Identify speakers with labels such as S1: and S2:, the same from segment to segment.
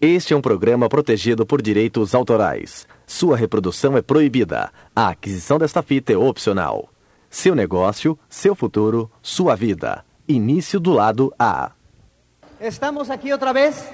S1: Este é um programa protegido por direitos autorais. Sua reprodução é proibida. A aquisição desta fita é opcional. Seu negócio, seu futuro, sua vida. Início do lado A.
S2: Estamos aquí otra vez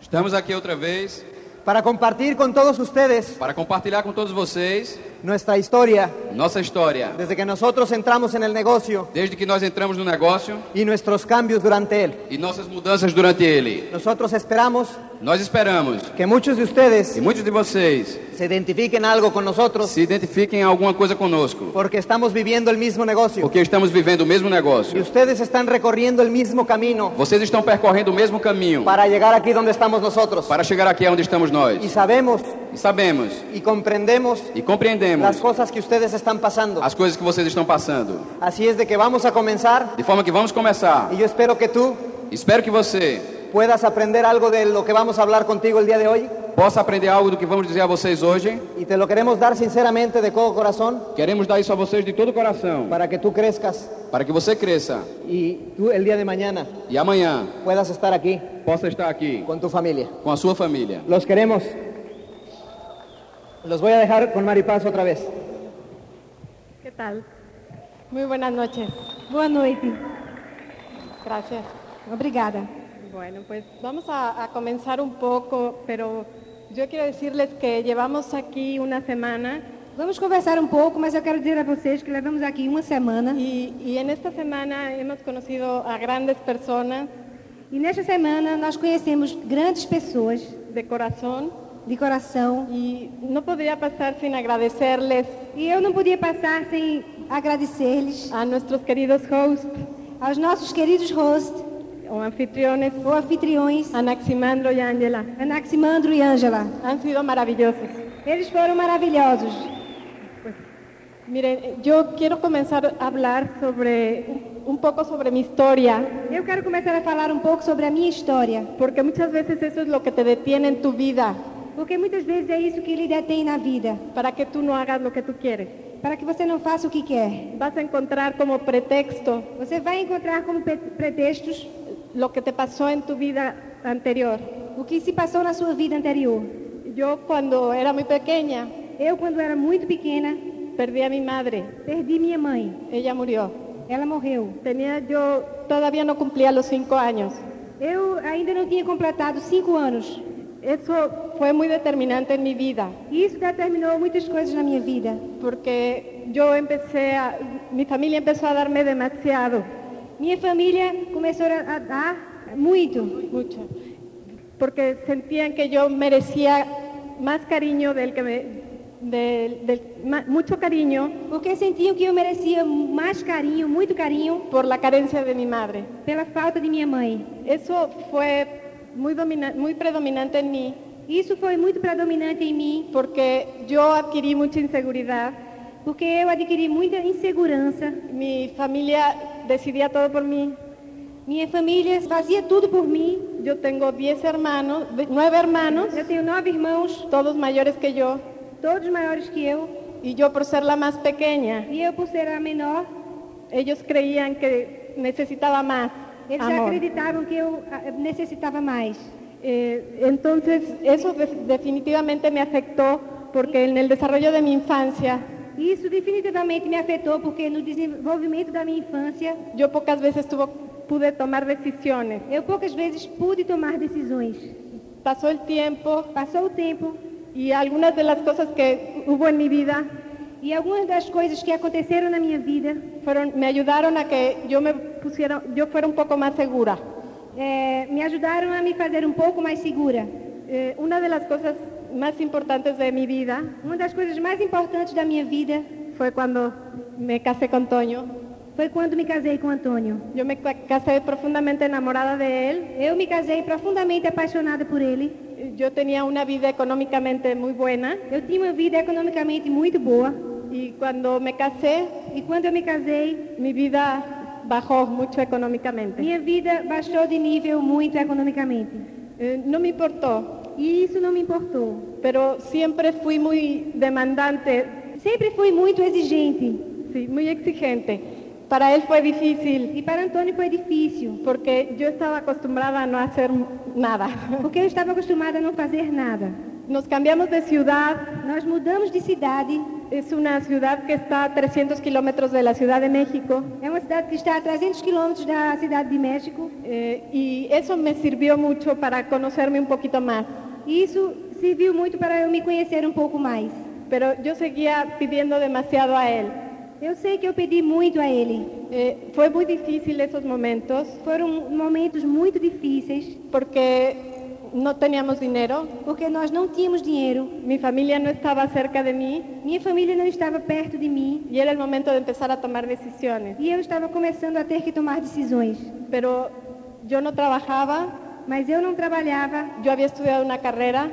S3: Estamos aqui outra vez
S2: para compartir con todos ustedes
S3: para compartilhar com todos vocês
S2: nuestra historia
S3: nossa história,
S2: desde que nosotros entramos en el negocio
S3: desde que nós entramos no negócio
S2: y nuestros cambios durante él.
S3: e nossas mudanças durante ele.
S2: Nosotros esperamos
S3: Nós esperamos
S2: que muchos de
S3: que
S2: ustedes
S3: muitos de vocês
S2: se identifiquen algo con nosotros
S3: se identifiquem em alguma coisa conosco,
S2: porque estamos viviendo el mismo negocio
S3: porque estamos vivendo o mesmo
S2: y
S3: negócio.
S2: ustedes están recorriendo el mismo camino
S3: Vocês estão percorrendo o mesmo caminho
S2: para llegar aquí donde estamos nosotros.
S3: para chegar aqui onde estamos nós.
S2: Y sabemos
S3: E sabemos
S2: y comprendemos
S3: e
S2: las
S3: compreendemos
S2: cosas que ustedes están pasando.
S3: as coisas que vocês estão passando.
S2: Así es de que vamos a comenzar
S3: De forma que vamos começar.
S2: y yo espero que tú
S3: Espero que você
S2: puedas aprender algo de lo que vamos a hablar contigo el día de hoy
S3: possa aprender algo do que vamos dizer a vocês hoje.
S2: y te lo queremos dar sinceramente de todo corazón
S3: Queremos dar isso a vocês de todo o coração,
S2: para que tú crezcas
S3: para que você cresça
S2: y tú el día de mañana
S3: e amanhã
S2: puedas estar aquí
S3: possa estar aqui
S2: con tu familia.
S3: com a sua família.
S2: Los queremos. Los voy a dejar con Maripaz otra vez.
S4: ¿Qué tal? Muy buenas noches. Boa noite. Gracias.
S5: Obrigada.
S4: Bueno, pues vamos a, a comenzar un poco, pero yo quiero decirles que llevamos aquí una semana
S5: Vamos conversar um pouco, mas eu quero dizer a vocês que levamos aqui uma semana
S4: y, y en esta semana hemos conocido a grandes personas
S5: e nesta semana nós conhecemos grandes pessoas
S4: de corazón
S5: de coração
S4: y no podría pasar sin agradecerles
S5: e eu não podia passar sem agradecer-lhes
S4: a nuestros queridos hosts
S5: aos nossos queridos hosts
S4: o anfitriones,
S5: ou anfitriões
S4: a Naximandro y Ángela.
S5: Anaximandro e Ângela.
S4: Han sido maravillosos.
S5: Eles foram maravilhosos.
S4: Miren, yo quiero comenzar a hablar sobre un poco sobre mi historia,
S5: Eu quero começar a falar um pouco sobre a minha história,
S4: porque muchas veces eso es lo que te detiene en tu vida
S5: porque muitas vezes é isso que lhe detém na vida,
S4: para que tú no hagas lo que tú quieres.
S5: para que você não faça o que quer.
S4: Vas a encontrar como pretexto
S5: Você vai encontrar como pe- pretextos
S4: lo que te pasó en tu vida anterior.
S5: o que se passou na sua vida anterior.
S4: Yo cuando era muy pequeña
S5: Eu, quando era muito pequena,
S4: perdí a mi madre,
S5: perdi minha mãe.
S4: ella murió.
S5: Ela morreu.
S4: Tenía yo todavía no cumplía los cinco años.
S5: Eu ainda não tinha completado cinco anos.
S4: Eso fue muy determinante en mi vida,
S5: E isso determinou muitas coisas na minha vida.
S4: porque yo empecé a, mi familia empezó a darme demasiado.
S5: Minha família começou a, a dar muito,
S4: Mucho. Porque sentían que yo merecía más cariño del que me. del- del- ma- mucho cariño
S5: porque sentiam que eu merecia mais carinho, muito carinho,
S4: por la carencia de mi madre.
S5: pela falta de minha mãe.
S4: Eso fue muy, domina- muy predominante en mí
S5: Isso foi muito predominante em mim,
S4: porque yo adquirí mucha inseguridad.
S5: porque eu adquiri muita insegurança.
S4: Mi familia decidía todo por mí.
S5: Minha família fazia tudo por mí.
S4: Yo tengo 10 hermanos, de- nueve hermanos,
S5: Eu tenho nove irmãos,
S4: todos mayores que yo.
S5: todos maiores que eu,
S4: Y yo por ser la más pequeña,
S5: e eu, por ser a menor,
S4: ellos creían que necesitaba más.
S5: Eles já
S4: amor.
S5: acreditavam que eu ah, necessitava mais.
S4: Eh, entonces, eso de- definitivamente me afectó porque en el desarrollo de mi infancia
S5: E Isso definitivamente me afetou, porque no desenvolvimento da minha infância,
S4: yo pocas veces tuvo- pude tomar decisiones.
S5: eu poucas vezes pude tomar decisões.
S4: Pasó el tiempo
S5: Passou o tempo
S4: y algunas de las cosas que hubo en mi vida
S5: e algumas das coisas que aconteceram na minha vida
S4: fueron, me ayudaron a que yo me pusiera, yo fuera un poco más segura.
S5: eh, me ajudaram a me fazer um pouco mais segura.
S4: Eh, una de las cosas más importantes de mi vida
S5: Uma das coisas mais importantes da minha vida
S4: fue cuando me casé con Toño.
S5: foi quando me casei com Antônio.
S4: Yo me ca- casé profundamente enamorada de él.
S5: Eu me casei profundamente apaixonada por ele.
S4: Yo tenía una vida económicamente muy buena
S5: Eu tinha uma vida economicamente muito boa
S4: y cuando me casé
S5: e quando eu me casei,
S4: Mi vida bajó mucho económicamente.
S5: Minha vida baixou de nível muito economicamente.
S4: Eh, no me importó,
S5: E isso não me importou.
S4: pero siempre fui muy demandante,
S5: Sempre fui muito exigente,
S4: sí, muy exigente. Para él fue difícil
S5: E para Antônio foi difícil,
S4: porque yo estaba acostumbrada a no hacer nada.
S5: porque eu estava acostumada a não fazer nada.
S4: Nos cambiamos de ciudad,
S5: Nós mudamos de cidade,
S4: es una ciudad que está a 300 kilómetros de la Ciudad de México
S5: é uma cidade que está a 300 quilômetros da cidade de México,
S4: eh, y eso me sirvió mucho para conocerme un poquito más.
S5: e isso serviu muito para eu me conhecer um pouco mais.
S4: Pero yo seguía pidiendo demasiado a él.
S5: Eu sei que eu pedi muito a ele.
S4: Eh, fue muy difícil esos momentos
S5: Foram momentos muito difíceis,
S4: porque no teníamos dinero,
S5: porque nós não tínhamos dinheiro,
S4: mi familia no estaba cerca de mí
S5: minha família não estava perto de mim
S4: y era el momento de empezar a tomar decisiones.
S5: e eu estava começando a ter que tomar decisões.
S4: Pero yo no trabajaba,
S5: Mas eu não trabalhava,
S4: yo había estudiado una carrera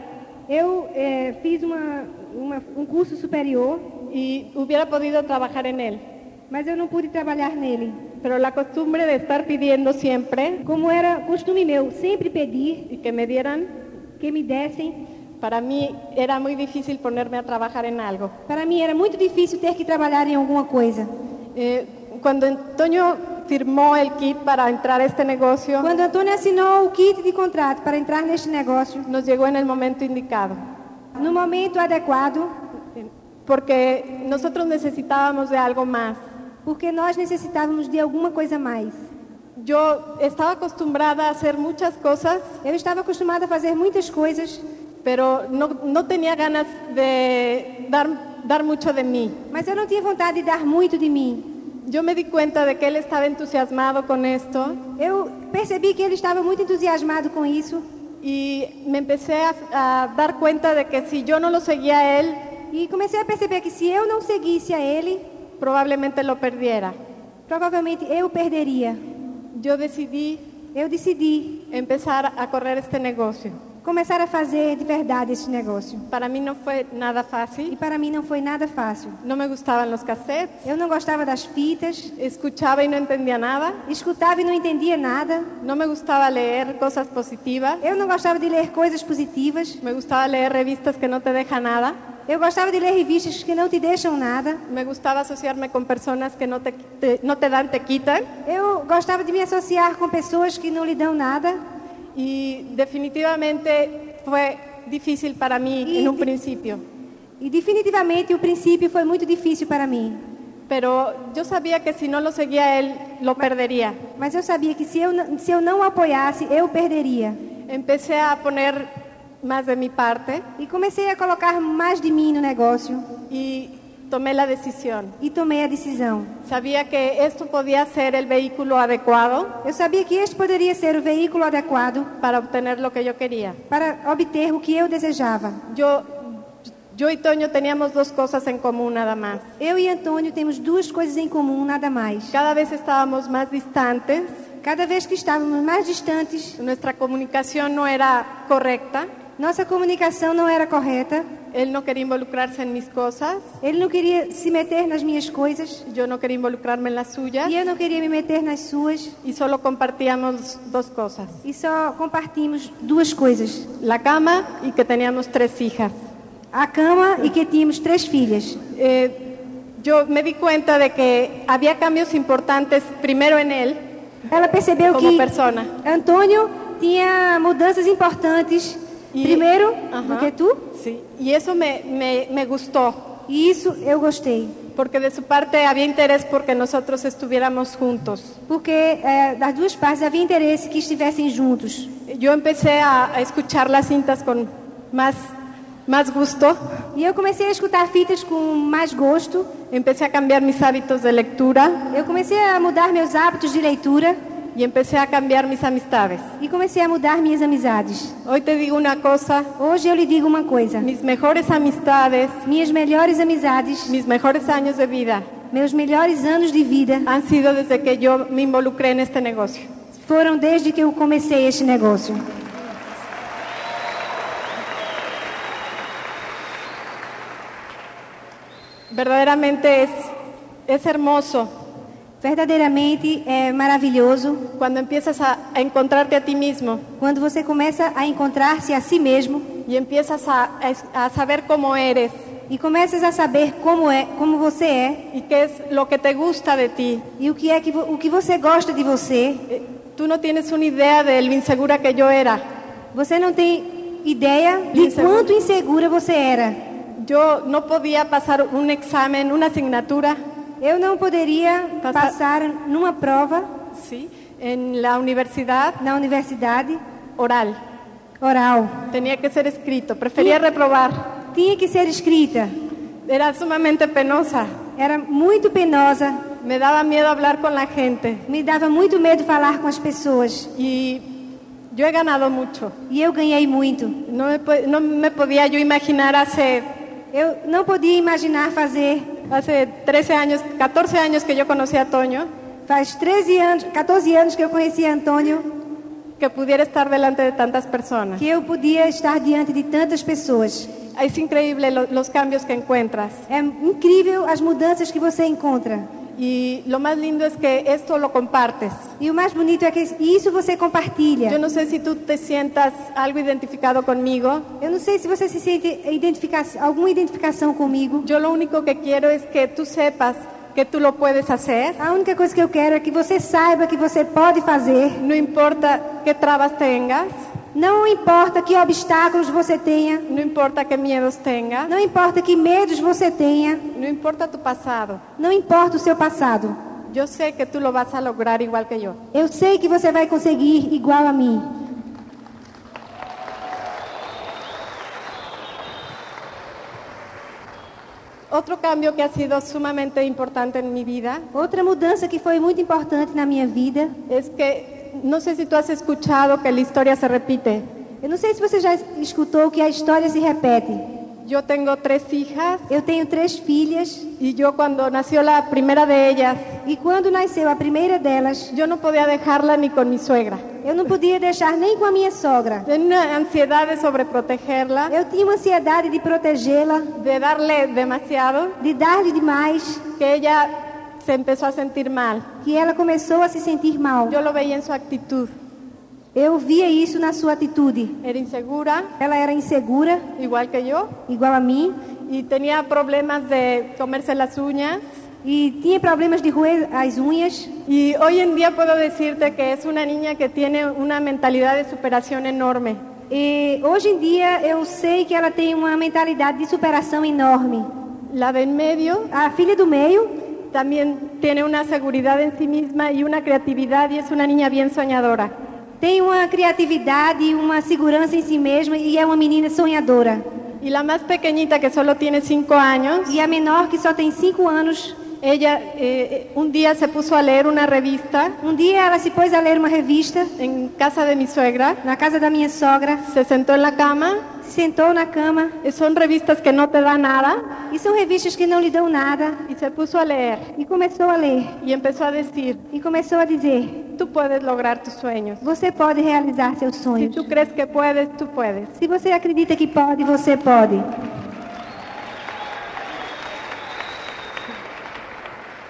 S5: eu eh, fiz uma, uma, um curso superior,
S4: y hubiera podido trabajar en él.
S5: mas eu não pude trabalhar nele.
S4: Pero la costumbre de estar pidiendo siempre
S5: Como era costume meu sempre pedir
S4: y que me dieran,
S5: que me dessem,
S4: para mí era muy difícil ponerme a trabajar en algo.
S5: para mim era muito difícil ter que trabalhar em alguma coisa.
S4: Eh, cuando Antonio firmó el kit para entrar a este negocio,
S5: Quando Antônio assinou o kit de contrato para entrar neste negócio,
S4: nos llegó en el momento indicado, eh,
S5: no momento adequado,
S4: porque nosotros necesitábamos de algo más.
S5: porque nós necessitávamos de alguma coisa a mais.
S4: Yo estaba acostumbrada a hacer muchas cosas,
S5: Eu estava acostumada a fazer muitas coisas,
S4: pero no, no tenía ganas de dar, dar mucho de mí.
S5: mas eu não tinha vontade de dar muito de mim.
S4: Yo me di cuenta de que él estaba entusiasmado con esto
S5: Eu percebi que ele estava muito entusiasmado com isso
S4: y me empecé a, a dar cuenta de que si yo no lo seguía a él,
S5: e comecei a perceber que se eu não seguisse a ele,
S4: probablemente lo perdiera.
S5: provavelmente eu perderia.
S4: Yo decidí
S5: Eu decidi
S4: empezar a correr este negocio.
S5: começar a fazer de verdade este negócio.
S4: Para mí no fue nada
S5: E
S4: fácil.
S5: para mim não foi nada fácil.
S4: No me gustaban los cassettes.
S5: Eu não gostava das fitas,
S4: Escuchaba y no entendía nada.
S5: escutava e não entendia nada.
S4: No me gustaba leer cosas positivas.
S5: Eu não gostava de ler coisas positivas.
S4: Me gustaba leer revistas que no te dejan nada.
S5: Eu gostava de ler revistas que não te deixam nada.
S4: Me gustaba asociarme con personas que no te, te- no te dan, te quitan.
S5: Eu gostava de me associar com pessoas que não lhe dão nada.
S4: Y definitivamente fue difícil para mí en un principio.
S5: E definitivamente o princípio foi muito difícil para mim.
S4: Pero yo sabía que si no lo seguía a él, lo perdería.
S5: Mas eu sabia que se eu, n- se eu não o apoiasse, eu perderia.
S4: Empecé a poner más de mi parte
S5: E comecei a colocar mais de mim no negócio
S4: y tomé la decisión.
S5: e tomei a decisão.
S4: Sabía que esto podía ser el vehículo adecuado
S5: Eu sabia que este poderia ser o veículo adequado
S4: para obtener lo que yo quería.
S5: para obter o que eu desejava.
S4: Yo, yo y Toño teníamos dos cosas en común nada más.
S5: Eu e Antônio temos duas coisas em comum, nada mais.
S4: Cada vez estábamos más distantes,
S5: Cada vez que estávamos mais distantes,
S4: nuestra comunicación no era correcta,
S5: nossa comunicação não era correta.
S4: él no quería involucrarse en mis cosas,
S5: Ele não queria se meter nas minhas coisas
S4: yo no quería involucrarme en las suyas
S5: e eu não queria me meter nas suas.
S4: y solo compartíamos dos cosas,
S5: E só compartimos duas coisas:
S4: la cama y que teníamos tres hijas.
S5: a cama e que tínhamos três filhas.
S4: Eh, yo me di cuenta de que había cambios importantes primero en él,
S5: Ela percebeu
S4: Como
S5: que
S4: persona.
S5: Antônio tinha mudanças importantes.
S4: Y-
S5: Primeiro,
S4: Ajá.
S5: do que tu.
S4: Sí, y eso me, me, me gustó,
S5: E isso eu gostei.
S4: porque de su parte había interés porque nosotros estuviéramos juntos.
S5: Porque eh, das duas partes havia interesse que estivessem juntos.
S4: Yo empecé a, a escuchar las cintas con más, más gusto,
S5: E eu comecei a escutar fitas com mais gosto.
S4: empecé a cambiar mis hábitos de lectura
S5: Eu comecei a mudar meus hábitos de leitura
S4: y empecé a cambiar mis amistades.
S5: e comecei a mudar minhas amizades.
S4: Hoy te digo una cosa,
S5: Hoje eu lhe digo uma coisa:
S4: mis mejores amistades,
S5: minhas melhores amizades,
S4: mis mejores años de vida
S5: meus melhores anos de vida
S4: han sido desde que yo me involucré en este negocio.
S5: foram desde que eu comecei este negócio.
S4: Verdaderamente es, es hermoso
S5: Verdadeiramente é maravilhoso
S4: cuando empiezas a- a encontrarte a ti mismo.
S5: quando você começa a encontrar-se a si mesmo
S4: y empiezas a, a- a saber cómo eres
S5: e comeces a saber como é, como você é
S4: y qué es lo que te gusta de ti.
S5: e o que é que vo- o que você gosta de você,
S4: Eh, Tú no tienes una idea de lo insegura que yo era.
S5: você não tem ideia de
S4: Insegura.
S5: quanto insegura você era.
S4: Yo no podía pasar un examen, una asignatura,
S5: Eu não poderia
S4: Passa-
S5: passar numa prova
S4: ¿sí? En la universidad
S5: na universidade
S4: oral.
S5: oral.
S4: Tenía que ser escrito. Prefería reprobar.
S5: Tinha que ser escrita.
S4: Era sumamente penosa.
S5: Era muito penosa,
S4: Me daba miedo hablar con la gente.
S5: me dava muito medo falar com as pessoas
S4: Y yo he ganado mucho.
S5: e eu ganhei muito.
S4: No me, po- no me podía yo imaginar hace,
S5: Eu não podia imaginar fazer.
S4: hace 13 años, 14 años que yo conocí a Toño,
S5: Faz 13 anos, 14 anos que eu conheci Antônio,
S4: que pudiera estar delante de tantas personas.
S5: que eu podia estar diante de tantas pessoas.
S4: Es increíble lo- los cambios que encuentras.
S5: É incrível as mudanças que você encontra.
S4: Y lo más lindo es que esto lo compartes.
S5: E o mais bonito é que isso você compartilha.
S4: Yo no sé si tú te sientas algo identificado conmigo.
S5: Eu não sei se você se sente identifica alguma identificação comigo.
S4: Yo lo único que quiero es que tú sepas que tú lo puedes hacer.
S5: A única coisa que eu quero é que você saiba que você pode fazer.
S4: No importa qué trabas tengas,
S5: Não importa que obstáculos você tenha,
S4: no importa qué miedos tengas,
S5: não importa que medos você tenha,
S4: no importa tu pasado.
S5: não importa o seu passado.
S4: Yo sé que tú lo vas a lograr igual que yo.
S5: Eu sei que você vai conseguir igual a mim.
S4: Otro cambio que ha sido sumamente importante en mi vida
S5: Outra mudança que foi muito importante na minha vida,
S4: es que no sé si tú has escuchado que la historia se repite.
S5: eu não sei se você já escutou que a história se repete.
S4: Yo tengo tres hijas
S5: Eu tenho três filhas
S4: y yo cuando nació la primera de ellas,
S5: e quando nasceu a primeira delas,
S4: yo no podía dejarla ni con mi suegra.
S5: eu não podia deixar nem com a minha sogra.
S4: Tenía una ansiedad de sobreprotegerla,
S5: Eu tinha uma ansiedade de protegê-la,
S4: de darle demasiado,
S5: de dar-lhe demais,
S4: que ella se empezó a sentir mal.
S5: que ela começou a se sentir mal.
S4: Yo lo veía en su actitud.
S5: Eu via isso na sua atitude.
S4: Era insegura,
S5: Ela era insegura,
S4: igual que yo,
S5: igual a mim,
S4: y tenía problemas de comerse las uñas.
S5: e tinha problemas de roer as unhas.
S4: Y hoy en día puedo decirte que es una niña que tiene una mentalidad de superación enorme.
S5: E hoje em dia eu sei que ela tem uma mentalidade de superação enorme.
S4: La de en medio
S5: A filha do meio
S4: también tiene una seguridad en sí misma y una creatividad y es una niña bien soñadora.
S5: tem uma criatividade e uma segurança em si mesma e é uma menina sonhadora.
S4: Y la más pequeñita que solo tiene cinco años,
S5: E a menor que só tem cinco anos,
S4: ella eh, un día se puso a leer una revista
S5: um dia ela se pôs a ler uma revista
S4: en casa de mi suegra,
S5: na casa da minha sogra,
S4: se sentó en la cama.
S5: se sentou na cama
S4: Eh, Son revistas que no te dan nada
S5: e são revistas que não lhe dão nada
S4: y se puso a leer
S5: e começou a ler
S4: y empezó a decir,
S5: e começou a dizer
S4: tú puedes lograr tus sueños.
S5: Você pode realizar seus
S4: Si
S5: sonhos.
S4: tú crees que puedes, tú puedes.
S5: Se você acredita que pode, você pode.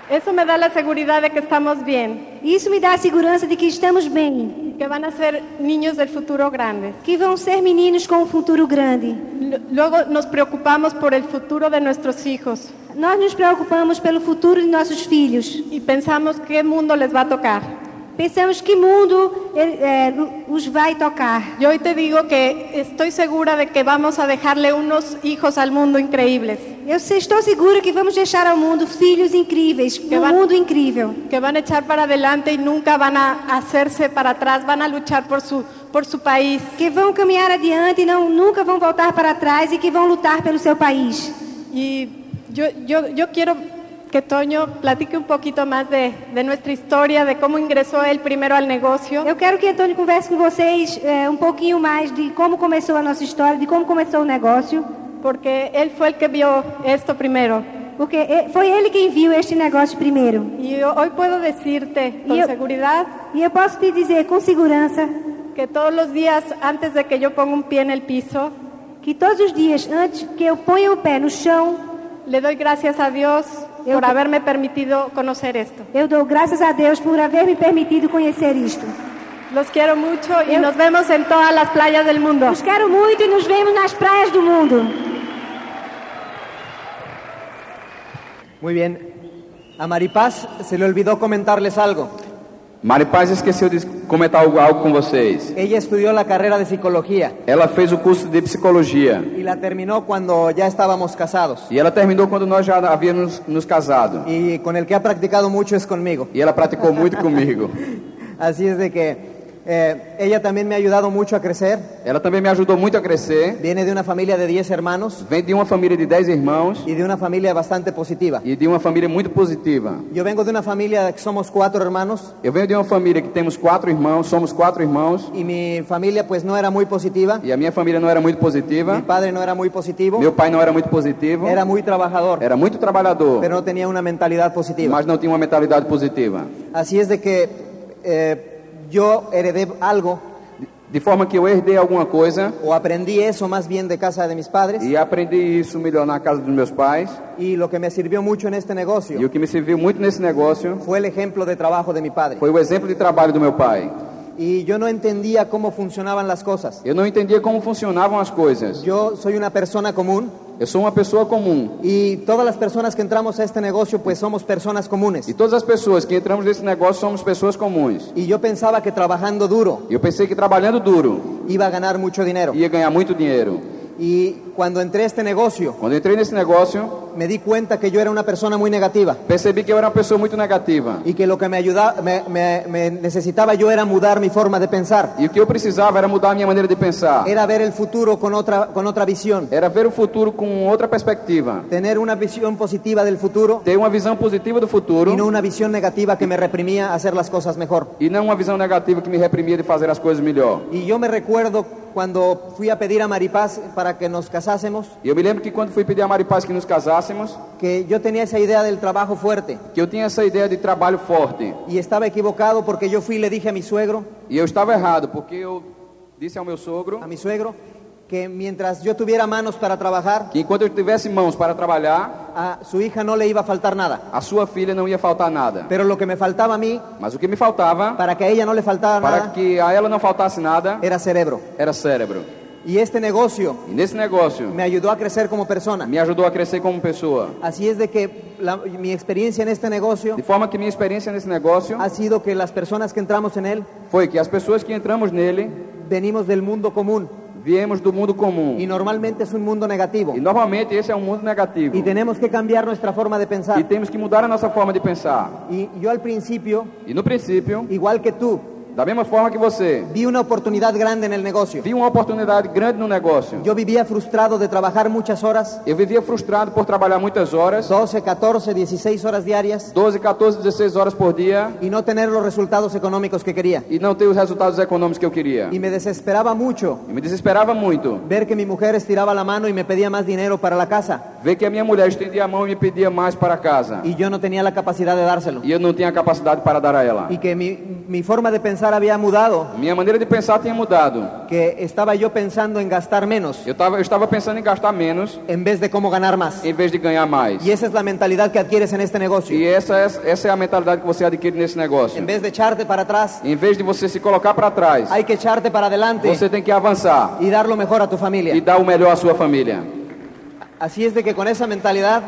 S4: Eso me da la seguridad de que estamos bien,
S5: Isso me dá a segurança de que estamos bem,
S4: que van a ser niños del futuro grandes.
S5: que vão ser meninos com um futuro grande.
S4: L- Luego nos preocupamos por el futuro de nuestros hijos
S5: Nós nos preocupamos pelo futuro de nossos filhos.
S4: y pensamos qué mundo les va a tocar.
S5: Pensamos que mundo ele- é, lu- os vai tocar.
S4: Yo hoy te digo que estoy segura de que vamos a dejarle unos hijos al mundo increíbles,
S5: Eu se- estou segura que vamos deixar ao mundo filhos incríveis, um
S4: ba-
S5: mundo incrível,
S4: que van a echar para adelante y nunca van a hacerse para atrás, van a luchar por su, por su país.
S5: que vão caminhar adiante e não, nunca vão voltar para trás e que vão lutar pelo seu país.
S4: Y yo, yo, yo quiero que Toño platique un poquito más de, de nuestra historia, de cómo ingresó él primero al negocio.
S5: Eu quero que Antônio converse com vocês eh, um pouquinho mais de como começou a nossa história, de como começou o negócio,
S4: porque él fue el que vio esto primero.
S5: porque eh, foi ele quem viu este negócio primeiro.
S4: Y yo hoy puedo decirte con
S5: Yo-
S4: seguridad
S5: E eu posso te dizer com segurança
S4: que todos los días antes de que yo ponga un pie en el piso,
S5: que todos os dias, antes que eu ponha o pé no chão,
S4: le doy gracias a Dios
S5: Yo-
S4: por haberme permitido conocer esto.
S5: eu dou graças a Deus por haver me permitido conhecer isto.
S4: Los quiero mucho y
S5: Yo-
S4: nos vemos en todas las playas del mundo.
S5: Os quero muito e nos vemos nas praias do mundo.
S2: Muy bien. A Maripaz se le olvidó comentarles algo.
S3: Mari Paz esqueceu de comentar algo, algo com vocês.
S2: Ella estudió la carrera de psicología
S3: Ela fez o curso de psicologia
S2: y la terminó cuando ya estábamos casados.
S3: e ela terminou quando nós já havíamos nos casado.
S2: Y con el que ha practicado mucho es conmigo.
S3: E ela praticou muito comigo.
S2: Así es de que eh, ella también me ha ayudado mucho a crecer.
S3: Ela também me ajudou muito a crescer.
S2: Viene de una familia de 10 hermanos
S3: Vem de uma família de 10 irmãos
S2: y de una familia bastante positiva.
S3: e de uma família muito positiva.
S2: Yo vengo de una familia que somos cuatro hermanos
S3: Eu venho de uma família que temos quatro irmãos, somos quatro irmãos,
S2: y mi familia pues no era muy positiva.
S3: e a minha família não era muito
S2: Mi
S3: positiva.
S2: padre no era muy positivo,
S3: Meu pai não era muito positivo,
S2: era muy trabajador,
S3: era muito trabalhador,
S2: pero no tenía una mentalidad positiva.
S3: mas não tinha uma mentalidade positiva.
S2: Así es de que eh, yo heredé algo
S3: De forma que eu herdei alguma coisa
S2: o aprendí eso más bien de casa de mis padres
S3: e aprendi isso melhor na casa dos meus pais.
S2: y lo que me sirvió mucho en este
S3: E
S2: negocio
S3: o que me serviu muito nesse negócio
S2: fue el ejemplo de trabajo de mi padre.
S3: foi o exemplo de trabalho do meu pai.
S2: Y yo no entendía cómo funcionaban las cosas.
S3: Eu não entendia como funcionavam as coisas.
S2: Yo soy una persona común
S3: Eu sou uma pessoa comum.
S2: y todas las personas que entramos a este negocio pues somos personas
S3: E
S2: comunes.
S3: todas as pessoas que entramos nesse negócio somos pessoas comuns.
S2: Y yo pensaba que trabajando duro
S3: E eu pensei que trabalhando duro
S2: iba a ganar mucho dinero.
S3: ia ganhar muito dinheiro.
S2: Y cuando entré a este negocio
S3: Quando eu entrei nesse negócio,
S2: me di cuenta que yo era una persona muy negativa
S3: percebi que eu era uma pessoa muito negativa.
S2: y que lo que me, ayudaba, me, me- me necesitaba yo era mudar mi forma de pensar,
S3: E o que eu precisava era mudar a minha maneira de pensar.
S2: era ver el futuro con otra, con otra visión,
S3: Era ver o futuro com outra perspectiva.
S2: tener una visión positiva del futuro
S3: Ter uma visão positiva do futuro
S2: y no una visión negativa que me reprimía a hacer las cosas mejor.
S3: e não uma visão negativa que me reprimia de fazer as coisas melhor.
S2: Y yo me recuerdo cuando fui a pedir a Maripaz para que nos casásemos,
S3: E eu me lembro que quando fui pedir a Mari Paz que nos casássemos,
S2: que yo tenía esa idea del trabajo fuerte
S3: que eu tinha essa ideia de trabalho forte.
S2: y estaba equivocado porque yo fui y le dije a mi suegro,
S3: E eu estava errado, porque eu disse ao meu sogro
S2: a mi suegro, que mientras yo tuviera manos para trabajar,
S3: que enquanto eu tivesse mãos para trabalhar,
S2: a su hija no le iba a faltar nada.
S3: a sua filha não ia faltar nada.
S2: Pero lo que me faltaba a mí,
S3: Mas o que me faltava,
S2: para que a ella no le faltara
S3: para
S2: nada,
S3: que a ela não faltasse nada,
S2: era cerebro.
S3: era cérebro.
S2: Y este negocio
S3: E nesse negócio,
S2: me ayudó a crecer como persona.
S3: me ajudou a crescer como pessoa.
S2: Así es de que la- mi experiencia en este negocio
S3: De forma que minha experiência nesse negócio
S2: ha sido que las personas que entramos en él
S3: foi que as pessoas que entramos nele
S2: venimos del mundo común
S3: viemos do mundo comum.
S2: y normalmente es un mundo negativo.
S3: E normalmente esse é um mundo negativo.
S2: Y tenemos que cambiar nuestra forma de
S3: E
S2: pensar.
S3: temos que mudar a nossa forma de pensar.
S2: Y yo al principio,
S3: E no princípio,
S2: igual que tú,
S3: da mesma forma que você
S2: vi una oportunidad grande en el negocio.
S3: vi uma oportunidade grande no negócio,
S2: Yo vivía frustrado de trabajar muchas horas,
S3: eu vivia frustrado por trabalhar muitas horas,
S2: 12, 14, 16 horas diarias,
S3: 12, 14, 16 horas por dia
S2: y no tener los resultados económicos que quería.
S3: e não ter os resultados econômicos que eu queria.
S2: Y me desesperaba mucho
S3: E me desesperava muito
S2: ver que mi mujer estiraba la mano y me pedía más dinero para la casa
S3: ver que a minha mulher estendia a mão e me pedia mais para casa.
S2: y yo no tenía la capacidad de dárselo.
S3: E eu não tinha capacidade para dar a ela.
S2: Y que mi, mi forma de pensar había mudado,
S3: Minha maneira de pensar tinha mudado.
S2: que estaba yo pensando en gastar menos
S3: Eu, tava, eu estava pensando em gastar menos
S2: en vez de cómo ganar más.
S3: em vez de ganhar mais.
S2: Y esa es la mentalidad que adquieres en este
S3: E
S2: negocio.
S3: essa, essa essa é a mentalidade que você adquire nesse negócio.
S2: En vez de echarte para atrás,
S3: Em vez de você se colocar para trás,
S2: hay que echarte para adelante
S3: você tem que avançar
S2: y dar lo mejor a tu familia.
S3: e dar o melhor à sua família.
S2: Así es de que con esa mentalidad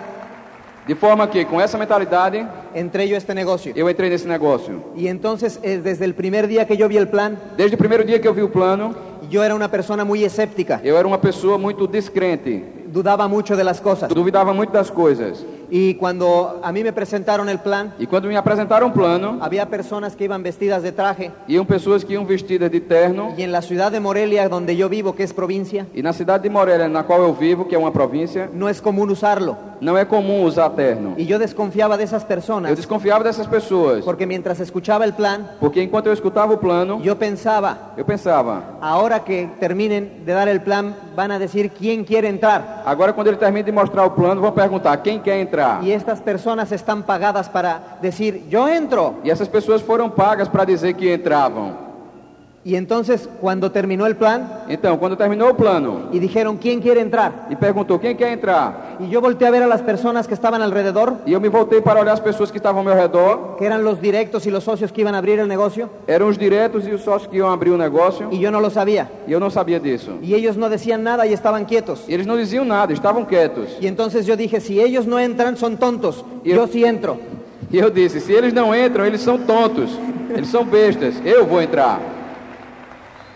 S3: De forma que, com essa mentalidade,
S2: entré yo a este negocio.
S3: eu entrei nesse negócio.
S2: Y entonces, eh, desde el primer día que yo vi el plan,
S3: Desde o primeiro dia que eu vi o plano,
S2: yo era una persona muy escéptica,
S3: eu era uma pessoa muito descrente,
S2: dudaba mucho de las cosas.
S3: eu duvidava muito das coisas.
S2: Y cuando a mí me presentaron el plan,
S3: E quando me apresentaram o plano,
S2: había personas que iban vestidas de traje.
S3: iam pessoas que iam vestidas de terno,
S2: Y en la ciudad de Morelia, donde yo vivo, que es provincia,
S3: e na cidade de Morelia, na qual eu vivo, que é uma província,
S2: no es común usarlo.
S3: não é comum usar terno.
S2: Y yo desconfiaba de esas
S3: Eu
S2: personas,
S3: desconfiava dessas pessoas,
S2: porque mientras escuchaba el plan,
S3: porque enquanto eu escutava o plano,
S2: yo pensaba,
S3: eu pensava,
S2: ahora que terminen de dar el plan, van a decir quién quiere entrar.
S3: Agora, quando ele termina de mostrar o plano, vão perguntar quem quer entrar.
S2: Y estas personas están pagadas para decir, yo entro.
S3: E essas pessoas foram pagas para dizer que entravam.
S2: Y entonces, cuando terminó el plan
S3: Então, quando terminou o plano
S2: y dijeron, ¿quién quiere entrar?
S3: e perguntou quem quer entrar,
S2: Y yo volteé a ver a las personas que estaban alrededor,
S3: e eu me voltei para olhar as pessoas que estavam ao meu redor,
S2: que eran los directos y los socios que iban a abrir el negocio,
S3: eram os diretos e os sócios que iam abrir o negócio,
S2: y yo no lo sabía.
S3: e eu não sabia disso.
S2: Y ellos no decían nada y estaban quietos.
S3: E Eles não diziam nada, estavam quietos.
S2: Y entonces yo dije, si ellos no entran, son tontos.
S3: Y-
S2: Yo sí entro.
S3: E eu disse: se eles não entram, eles são tontos, eles são bestas, eu vou entrar.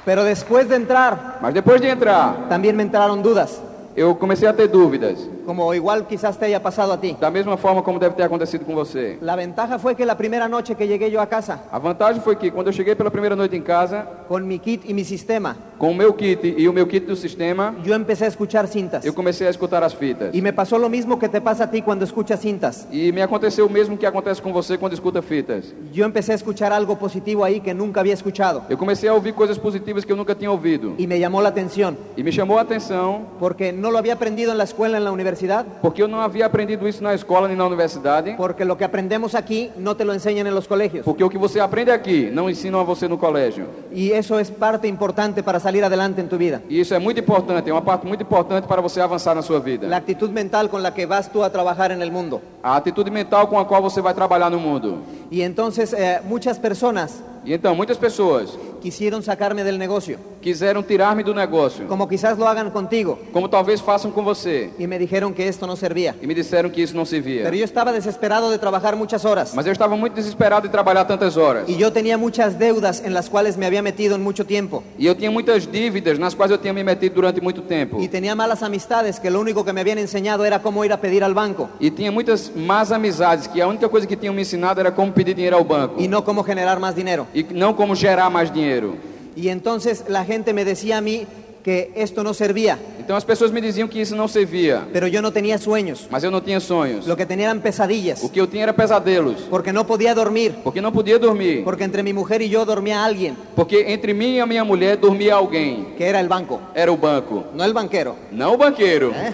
S2: Pero después de entrar,
S3: Mas depois de entrar,
S2: también me entraron dudas,
S3: eu comecei a ter dúvidas,
S2: como igual quizás te haya pasado a ti.
S3: da mesma forma como deve ter acontecido com você.
S2: La ventaja fue que la primera noche que llegué yo a casa,
S3: A vantagem foi que, quando eu cheguei pela primeira noite em casa,
S2: con mi kit y mi sistema,
S3: com o meu kit e o meu kit do sistema,
S2: yo empecé a escuchar cintas.
S3: eu comecei a escutar as fitas.
S2: Y me pasó lo mismo que te pasa a ti cuando escuchas cintas.
S3: E me aconteceu o mesmo que acontece com você quando escuta fitas.
S2: Yo empecé a escuchar algo positivo ahí que nunca había escuchado.
S3: Eu comecei a ouvir coisas positivas que eu nunca tinha ouvido.
S2: Y me llamó la atención,
S3: E me chamou a atenção
S2: porque no lo había aprendido en la escuela, en la universidad,
S3: porque eu não havia aprendido isso na escola nem na universidade.
S2: porque lo que aprendemos aquí no te lo enseñan en los colegios.
S3: Porque o que você aprende aqui não ensinam a você no colégio.
S2: Y eso es parte importante para salir adelante en tu vida.
S3: E isso é muito importante, é uma parte muito importante para você avançar na sua
S2: La
S3: vida.
S2: actitud mental con la que vas tú a trabajar en el mundo.
S3: A atitude mental com a qual você vai trabalhar no mundo.
S2: Y entonces eh, muchas personas
S3: E então, muitas pessoas
S2: quisieron sacarme del negocio,
S3: quiseram tirar-me do negócio,
S2: como quizás lo hagan contigo,
S3: como talvez façam com você.
S2: y me dijeron que esto no servía.
S3: E me disseram que isso não servia.
S2: Pero yo estaba desesperado de trabajar muchas horas.
S3: Mas eu estava muito desesperado de trabalhar tantas horas.
S2: Y yo tenía muchas deudas en las cuales me había metido en mucho tiempo.
S3: E eu tinha muitas dívidas nas quais eu tinha me metido durante muito tempo.
S2: Y tenía malas amistades que lo único que me habían enseñado era cómo ir a pedir al banco
S3: E tinha muitas más amizades que a única coisa que tinham me ensinado era como pedir dinheiro ao banco
S2: y no cómo generar más dinero.
S3: e não como gerar mais dinheiro.
S2: Y entonces la gente me decía a mí que esto no servía,
S3: Então as pessoas me diziam que isso não servia,
S2: pero yo no tenía sueños.
S3: mas eu não tinha sonhos.
S2: Lo que tenía eran pesadillas,
S3: O que eu tinha era pesadelos,
S2: porque no podía dormir,
S3: porque não podia dormir,
S2: porque entre mi mujer y yo dormía alguien,
S3: porque entre mim e a minha mulher dormia alguém,
S2: que era el banco,
S3: era o banco,
S2: no el banquero.
S3: não o banqueiro.
S2: É?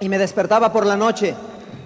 S2: Y me despertaba por la noche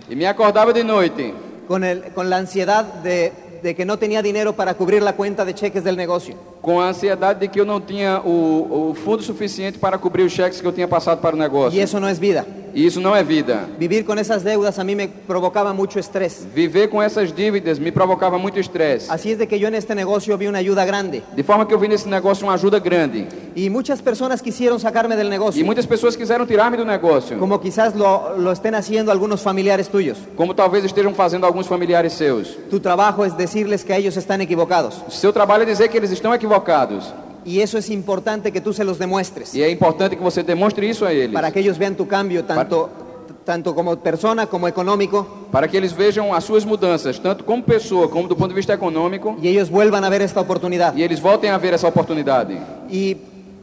S3: E me acordava de noite
S2: con, el, con la ansiedad de, de que no tenía dinero para cubrir la cuenta de cheques del negocio.
S3: com a ansiedade de que eu não tinha o, o fundo suficiente para cobrir os cheques que eu tinha passado para o negócio.
S2: Y eso no es vida.
S3: E isso não é vida.
S2: Vivir con esas deudas a mí me provocaba mucho estrés.
S3: Viver com essas dívidas me provocava muito estresse.
S2: Así es de que yo en este negocio vi una ayuda grande.
S3: De forma que eu vi nesse negócio uma ajuda grande.
S2: Y muchas personas quisieron sacarme del
S3: E
S2: negocio,
S3: muitas pessoas quiseram tirar-me do negócio,
S2: como quizás lo, lo estén haciendo algunos familiares tuyos.
S3: como talvez estejam fazendo alguns familiares seus.
S2: Tu trabajo es decirles que ellos están equivocados.
S3: Seu trabalho é dizer que eles estão equivocados.
S2: Y eso es importante que tú se los demuestres,
S3: E é importante que você demonstre isso a eles.
S2: para que ellos vean tu cambio, tanto, tanto como persona como económico,
S3: Para que eles vejam as suas mudanças, tanto como pessoa, como do ponto de vista econômico.
S2: y ellos vuelvan a ver esta oportunidad.
S3: E eles voltem a ver essa oportunidade.
S2: Y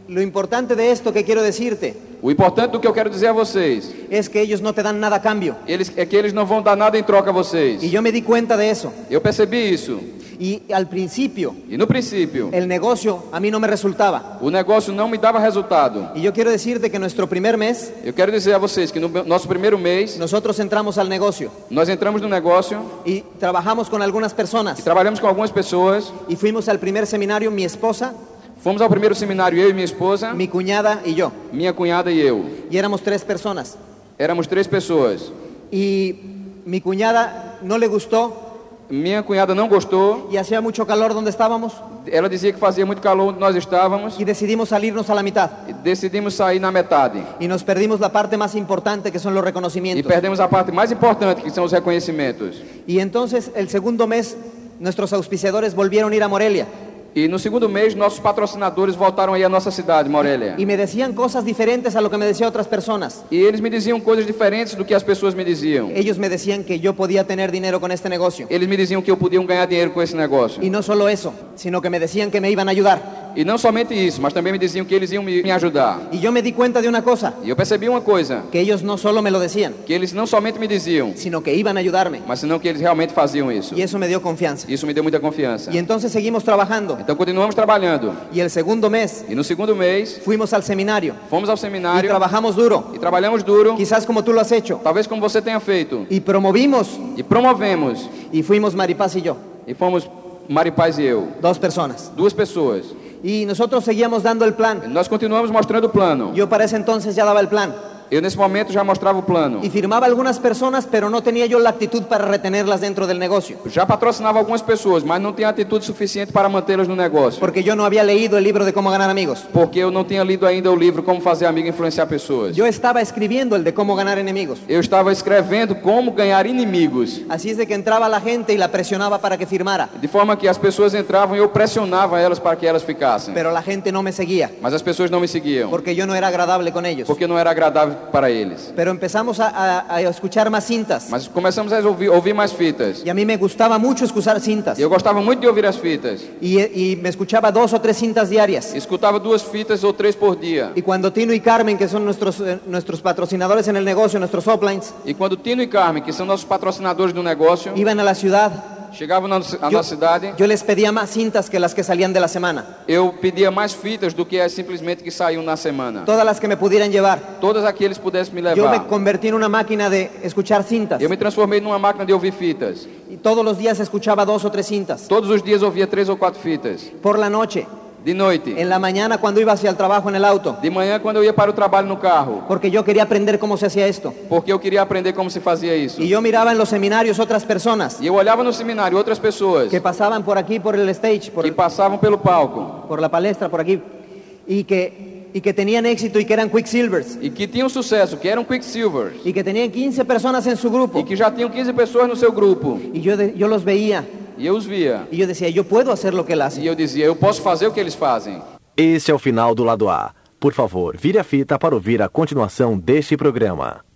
S2: lo importante de esto que quiero decirte
S3: O importante do que eu quero dizer a vocês
S2: es que ellos no te dan nada a cambio.
S3: eles, é que eles não vão dar nada em troca a
S2: Y
S3: vocês.
S2: yo me di cuenta de eso.
S3: Eu percebi isso.
S2: Y al principio
S3: E no princípio,
S2: el negocio a mí no me resultaba.
S3: o negócio não me dava resultado.
S2: Y yo quiero decirte que nuestro primer mes
S3: Eu quero dizer a vocês que no meu- nosso primeiro mês,
S2: nosotros entramos al negocio
S3: nós entramos no negócio
S2: y trabajamos con algunas
S3: e
S2: personas
S3: trabalhamos com algumas pessoas.
S2: y fuimos al primer seminario mi esposa,
S3: Fomos ao primeiro seminário, eu e minha esposa,
S2: mi cuñada y yo.
S3: minha cunhada e eu.
S2: Y éramos tres personas.
S3: Éramos três pessoas.
S2: Y mi cuñada no le gustó
S3: Minha cunhada não gostou.
S2: y hacía mucho calor donde estábamos
S3: Ela dizia que fazia muito calor onde nós estávamos.
S2: y decidimos salirnos a la mitad.
S3: E decidimos sair na metade.
S2: Y nos perdimos la parte más importante que son los
S3: E
S2: reconocimientos.
S3: perdemos a parte mais importante, que são os reconhecimentos.
S2: Y entonces el segundo mes nuestros auspiciadores volvieron a ir a Morelia
S3: E no segundo mês, nossos patrocinadores voltaram aí à nossa cidade, Morelia.
S2: y me decían cosas diferentes a lo que me decían otras personas.
S3: E eles me diziam coisas diferentes do que as pessoas me diziam.
S2: Ellos me decían que yo podía tener dinero con este negocio.
S3: Eles me diziam que eu podia ganhar dinheiro com esse negócio.
S2: Y no solo eso, sino que me decían que me iban a ayudar.
S3: E não somente isso, mas também me diziam que eles iam me, me ajudar.
S2: Y yo me di cuenta de una cosa,
S3: E eu percebi uma coisa,
S2: que ellos no solo me lo decían,
S3: que eles não somente me diziam,
S2: sino que iban a ayudarme.
S3: mas senão que eles realmente faziam isso.
S2: Y eso me dio confiança.
S3: Isso me deu muita confiança.
S2: Y entonces seguimos trabajando.
S3: Então continuamos trabalhando.
S2: Y el segundo mes
S3: E no segundo mês,
S2: fuimos al seminario
S3: fomos ao
S2: y
S3: seminário
S2: trabajamos duro,
S3: e trabalhamos duro,
S2: quizás como tú lo has hecho.
S3: talvez como você tenha feito.
S2: Y promovimos
S3: E promovemos.
S2: y fuimos Maripaz y yo.
S3: E fomos Mari Paz e eu.
S2: dos personas.
S3: Duas pessoas.
S2: Y nosotros seguíamos dando el plan.
S3: Nós continuamos mostrando o plano.
S2: Yo para ese entonces ya daba el plan.
S3: Eu nesse momento já mostrava o plano.
S2: Y firmaba algunas personas, pero no tenía yo la actitud para retenerlas dentro del negocio.
S3: Já patrocinava algumas pessoas, mas não tinha atitude suficiente para mantê-las no negócio.
S2: Porque yo no había leído el libro de cómo ganar amigos.
S3: Porque eu não tinha lido ainda o livro Como Fazer Amigo e Influenciar Pessoas.
S2: Yo estaba escribiendo el de cómo ganar enemigos.
S3: Eu estava escrevendo como ganhar inimigos.
S2: Así es de que entraba la gente y la presionaba para que firmara.
S3: De forma que as pessoas entravam e eu pressionava elas para que elas ficassem.
S2: Pero la gente no me seguía
S3: Mas as pessoas não me seguiam,
S2: porque yo no era agradable con ellos.
S3: porque não era agradável para eles.
S2: Pero empezamos a, a- a escuchar más cintas.
S3: Mas começamos a ouvir, ouvir mais fitas.
S2: Y a mí me gustaba mucho escuchar cintas.
S3: E Eu gostava muito de ouvir as fitas.
S2: Y, y me escuchaba dos o tres cintas diarias.
S3: Escutava duas fitas ou três por dia.
S2: Y cuando Tino y Carmen, que son nuestros, eh, nuestros patrocinadores en el negocio, nuestros uplines,
S3: E quando Tino e Carmen, que são nossos patrocinadores do negócio,
S2: iban a la ciudad,
S3: chegavam na, na
S2: yo,
S3: nossa cidade,
S2: yo les pedía más cintas que las que salían de la semana.
S3: eu pedia mais fitas do que as simplesmente que saíam na semana.
S2: Todas las que me pudieran llevar.
S3: Todas aqueles que eles pudessem me
S2: Yo me
S3: levar.
S2: convertí en una máquina de escuchar cintas.
S3: Eu me transformei numa máquina de ouvir fitas.
S2: Y todos los días escuchaba dos o tres cintas.
S3: Todos os dias ouvia três ou quatro fitas.
S2: Por la noche,
S3: De noite.
S2: en la mañana cuando iba hacia el trabajo en el auto.
S3: De manhã, quando eu ia para o trabalho no carro.
S2: Porque yo quería aprender cómo se hacía esto.
S3: Porque eu queria aprender como se fazia isso.
S2: Y
S3: E
S2: yo miraba en los seminarios otras personas
S3: eu olhava no seminário outras pessoas
S2: que pasaban por aquí, por el stage, por,
S3: que passavam pelo palco.
S2: por la palestra, por aquí. Y que, y que tenían éxito y que eran Quicksilvers.
S3: E que tinham sucesso, que eram Quicksilvers.
S2: Y que tenían 15 personas en su grupo.
S3: E que já tinham 15 pessoas no seu grupo.
S2: Y yo, de- yo los veía
S3: E eu os via.
S2: y yo decía, yo puedo hacer lo que él hace.
S3: E eu dizia, eu posso fazer o que eles fazem.
S1: Este é o final do lado A. Por favor, vire a fita para ouvir a continuação deste programa.